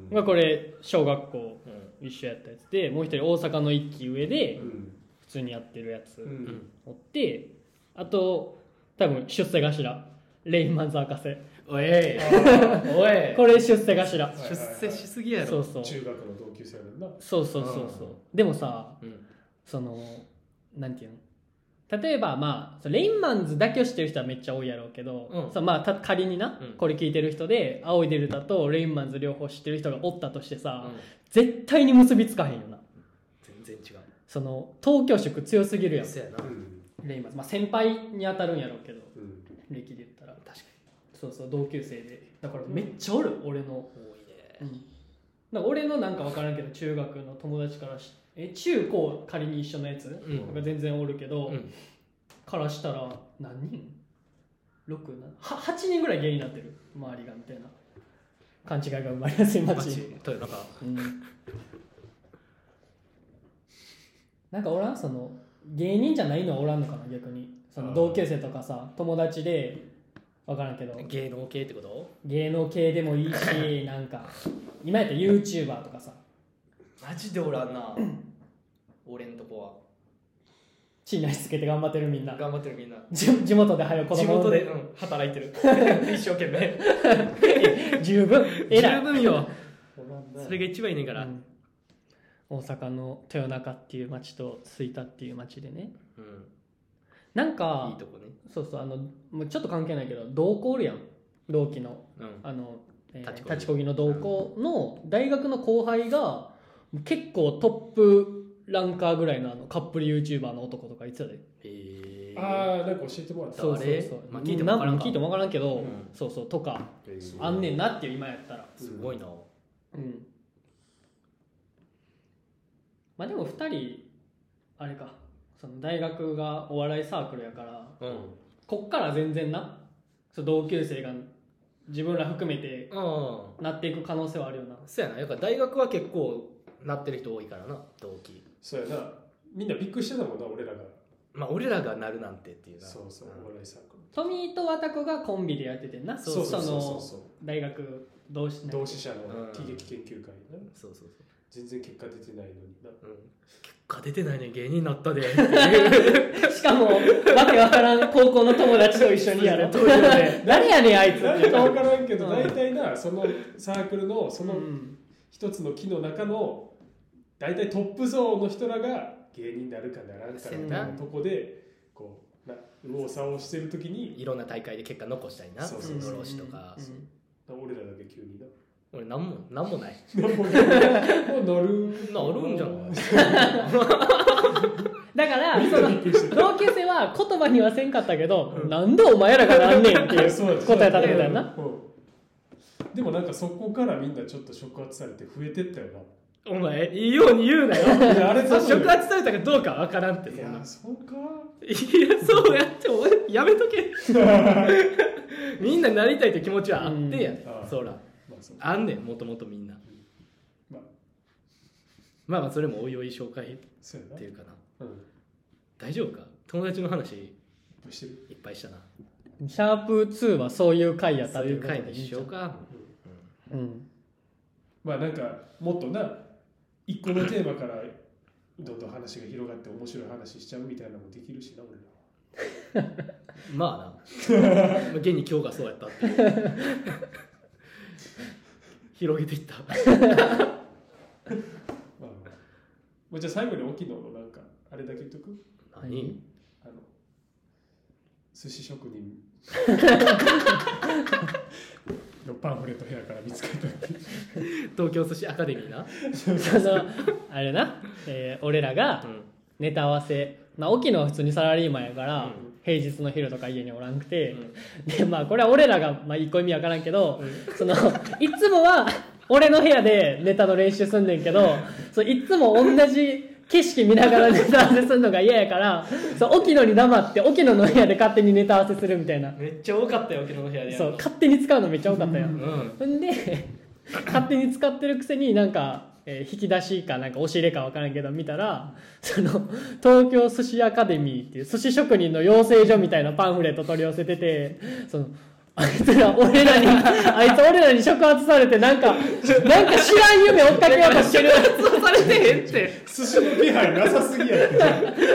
S3: うん
S2: がこれ小学校
S1: ん
S2: 一緒やったやつでもう一人大阪の一期上で
S3: うん
S2: 普通にやってるやつ
S3: うん
S2: おってあと多分出世頭レインマンズ博士
S1: おいおい
S2: これ出世頭
S3: はい
S1: 出世しすぎやろ
S2: そうそう
S3: 中学の同級生やもんな
S2: そうそうそうそうでもさ
S1: うん
S2: そのなんていうの例えばまあそのレインマンズだけを知ってる人はめっちゃ多いやろうけど、
S1: うん
S2: そうまあ、た仮にな、
S1: うん
S2: これ聞いてる人で「青いデルタ」と「レインマンズ」両方知ってる人がおったとして
S1: う
S2: さ、
S1: ん
S2: 絶対に結びつかへんよな
S1: 全然違う
S2: その東京色強すぎるやん
S1: そうやな
S3: うん
S2: レインマンズ、まあ、先輩に当たるんやろうけど
S3: うん
S2: 歴で言ったら
S1: 確か
S2: そうそう同級生でだからめっちゃおる俺の
S1: に多いね
S2: うん、なんか俺のなんか分からんけど中学の友達からしえ中高仮に一緒のやつ、
S1: ん
S2: とか全然おるけど、
S1: うん
S2: からしたら何人 ?68 人ぐらい芸になってる周りがみたいな勘違いが生まれやすい
S1: 街
S2: 街、
S1: というなんか
S2: うん、なんかおらんその芸人じゃないのはおらんのかな逆にその同級生とかさ友達で分からんけど
S1: 芸能系ってこと
S2: 芸能系でもいい しなんか今やったら YouTuber とかさ
S1: マジでおらんな俺んとこ
S2: 地に足つけて頑張ってるみんな
S1: は頑張ってるみんな
S2: 地地元で早く子
S1: 地
S2: 供産
S1: 元
S2: ん
S1: で、
S2: で
S1: うん、働い てる一生懸命
S2: 十分
S1: 十
S2: 偉い
S1: 分よ
S3: おらんな
S1: それが一番いいねんから
S2: うん大阪の豊中っていう町と吹田っていう町でね
S1: うん
S2: なん
S1: いい
S2: か
S1: とこね
S2: そうそうあのもうちょっと関係ないけど同校おるやん同期の
S1: うん
S2: あの、えー
S1: 立ちこぎ
S2: 立ちこぎの同校の大学の後輩が結構トップランカーぐらいのあのカップル YouTuber の男とかいつやで
S1: へ
S3: ああなんか教えてもらった
S2: そうそう
S1: 誰
S2: そう、
S1: まあ
S2: うん
S1: 聞いてもわからんか
S2: 聞いてもわからんけど、
S1: うん
S2: そうそうとか
S1: ー
S2: あんねんなっていう今やったら
S1: すごいな
S2: うんまあでも2人あれかその大学がお笑いサークルやから
S1: うん
S2: こっから全然なそう同級生が自分ら含めて
S1: うん
S2: なっていく可能性はあるよな
S1: そうやなやっぱ大学は結構なってる人多いからな同期
S3: そうやなみんなびっくりしてたもんな俺らが
S1: まあ俺らがなるなんてっていうな
S3: そうそうお
S1: ん
S3: 笑いサークル
S2: 富井と綿子がコンビでやっててんな
S3: そうそうそうそう
S2: の
S3: そう
S2: 大学同士
S3: 同志社
S1: うん
S3: の喜劇研究会な
S1: そうそうそ
S3: 全然結果出てないのにな
S1: う、うん、結果出てないねん芸人にな ったで
S2: しかもわけわからん高校の友達と一緒にやる
S1: そうそうそう
S2: 何やねんあいつって
S3: 何か分からんけど
S2: うん
S3: 大体なそのサークルのそうの
S2: ん
S3: 一つの木の中の大体トップ層の人らが芸人になるかならんかみたいなとこでこうな右往左往してる時に
S1: いろんな大会で結果残したりな
S3: そうそうそう
S1: 諸星とか、
S2: うん
S3: 俺らだけ急にな
S1: 俺なんもなんもない
S3: もうなる
S1: なるんじゃない
S3: い
S2: だから
S3: みん
S2: その
S3: なびっくりしてた
S2: 同級生は言葉にはせんかったけど、なんでお前らがなんねんってい
S3: そう
S2: う
S3: だ
S2: 答えたってことやんな
S3: うんでもなんかそこからみんなちょっと触発されて増えてったよ
S1: お前いいように言うなよ
S3: ないやあれ
S1: そ
S3: 多
S1: う
S3: 分
S1: 触発されたかどうかわからんって
S3: い
S1: そんな
S3: やそうか
S1: いやそうやってお前やめとけみんななりたいって気持ちはあってや、
S2: うん
S3: ああ
S1: そら
S3: まあそう
S1: あんねんもともとみんな
S3: まあ
S1: まあまあそれもおいおい紹介っ
S3: そうやな
S1: ていうかな
S3: うん
S1: 大丈夫か友達の話い
S3: どうしてる
S1: っぱいしたな
S2: シャープ2はそういう回やった
S1: そう
S2: と
S1: いう
S2: こと
S1: 回にしようか
S2: うん
S3: まあなんかもっとな一個のテーマからどんどん話が広がって面白い話しちゃうみたいなのもできるしな俺ら
S1: まあな現に今日がそうやったっていう広げていった
S3: まあまあもうじゃあ最後に沖野のなんかあれだけ言っとく
S1: 何
S3: あの寿司職 人のパンフレット部屋から見つかったっていう
S1: 東京寿司アカデミーな、
S2: そのあれな、えー俺ら が
S1: うん
S2: ネタ合わせまあ沖野は普通にサラリーマンやから、
S1: うん
S2: 平日の昼とか家におらんくて、
S1: うん
S2: でまあこれは俺らが、まあ、一個意味わからんけど、そのいつもは俺の部屋でネタの練習すんねんけどそういつも同じ景色見ながらネタ合わせするのが嫌やからそう沖野に黙って沖野の部屋で勝手にネタ合わせするみたいな
S1: めっちゃ多かったよ昨日の部屋でやる
S2: そう
S1: の
S2: 勝手に使うのめっちゃ多かったよ、
S1: うん、
S2: ほんで勝手に使ってるくせになんか、えー引き出しかなんか押し入れか分からんけど見たらその東京寿司アカデミーっていう寿司職人の養成所みたいなパンフレット取り寄せててそのあいつら俺らにあいつ俺らに触発されてなんかなんか知らん夢追っかけようとしてる
S1: そうされてへんって
S3: 寿司の気配なさすぎやっ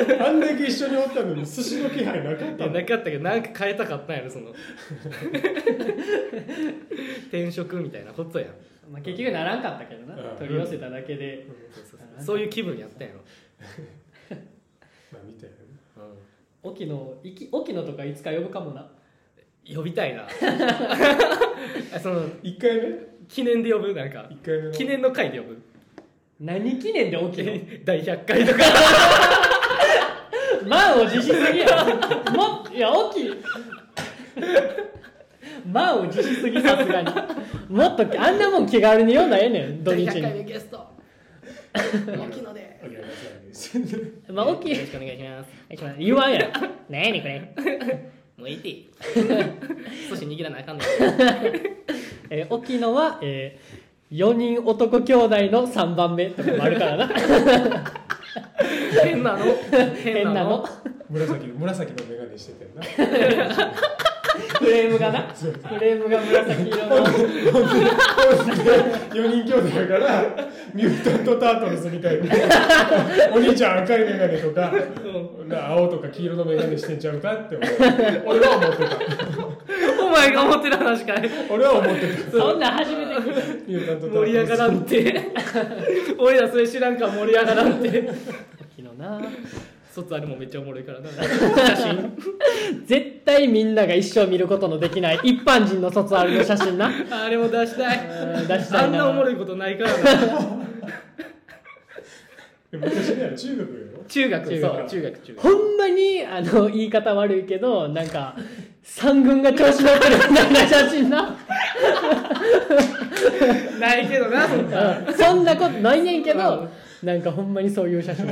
S3: てあんだけ一緒におったのに寿司の気配なかっ
S1: い
S3: た
S1: や
S3: の
S1: なかったけどなんか変えたかったんやろその 転職みたいなことやん
S2: まあ結局ならんかったけどな
S3: うん
S2: 取り寄せただけで
S1: そうそうそうそういう気分やったんやろ、
S3: まあ見たよね
S2: 沖野いき沖野とかいつか呼ぶかもな
S1: 呼びたい なあその
S3: 1回目
S1: 記念で呼ぶなんか
S3: 一回目の
S1: 記念の回で呼ぶ
S2: 何記念で沖野
S1: 第100回とか
S2: 満を持しすぎやもいや大きい満を持しすぎさすがにもっとあんなもん気軽に読んだらええねん土日
S1: 第100回
S2: に
S1: 目ゲスト沖野で
S3: あげられます
S2: まあ大き
S1: よろ
S2: い
S1: しくお願いします
S2: 言わんやん何これ
S1: もういい て少し握らなあかんね
S2: えー沖野は、えー、4人男兄弟の3番目とかもあるから な
S1: 変なの
S2: 変なの
S3: 紫の紫の眼鏡してたよな
S2: フレームがなフレームが紫色の
S3: 4人兄弟だからミュータントタートルズみたい なお兄ちゃん赤い眼鏡とかな青とか黄色の眼鏡してんちゃうかって思う俺は思って
S1: お前が思ってる話かい
S3: た俺は思ってた
S2: そんなん初めて聞い
S3: ミュータントタート
S1: 盛り上がらんて 俺らそれ知らんから盛り上がらんて
S2: た沖野な
S1: 卒あれもめっちゃおもろいからな
S2: 絶対みんなが一生見ることのできない一般人の卒アルの写真な
S1: あれも出したい
S2: うん出したいな
S1: あんなおもろいことないからな
S3: でも昔には中学よ
S1: 中学
S2: 中
S1: そう
S2: 学
S1: 中学中学
S2: ほんまにあの言い方悪いけどなんか三軍が調子乗ってるみたいな写真 な
S1: ないけどなそんな
S2: うんそんなことないねんけどなんかほんまにそういう写真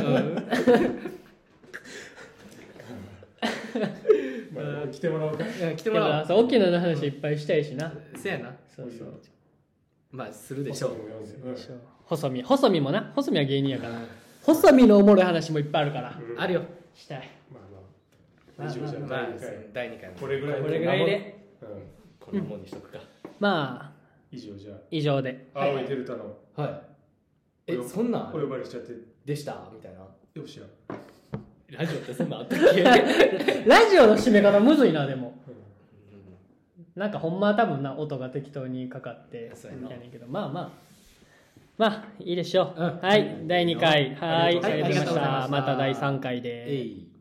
S3: まあ、来てもらおうか
S1: うん来
S2: で
S1: ても
S2: も
S1: らお
S2: な
S1: う
S2: そう沖縄の話いっぱいしたいしな
S1: せやな
S2: そうそう
S1: まあするでしょう
S3: うん
S2: そう細身細身もな細身は芸人やから細身のおもろい話もいっぱいあるから
S1: あるよ
S2: したい
S3: まあま
S1: まあ
S3: あ以上じゃ
S1: まあ
S3: ない
S1: まあ第2回
S3: これぐらい
S1: これぐらいで
S3: うん
S1: こんなもんにしとくか
S2: まあ
S3: 以上じゃ
S2: 以上 で
S3: あ青いデルタの
S1: はいえそんなん
S3: お呼ばれしちゃって
S1: でしたみたいな
S3: よっしゃ
S1: ラジオってそんなんあったっけ
S2: ラジオの締め方むずいなでも
S3: うん
S2: なんかほんまは多分な音が適当にかかって
S1: そうやな
S2: みたいなんやけどまあまあまあいいでしょう、
S1: うん
S2: はい第2回はい
S1: あ
S2: あ
S1: り
S2: りがと
S1: がとう
S2: うござ
S1: ござい
S2: いま
S1: ました
S2: したまた第3回で
S1: えい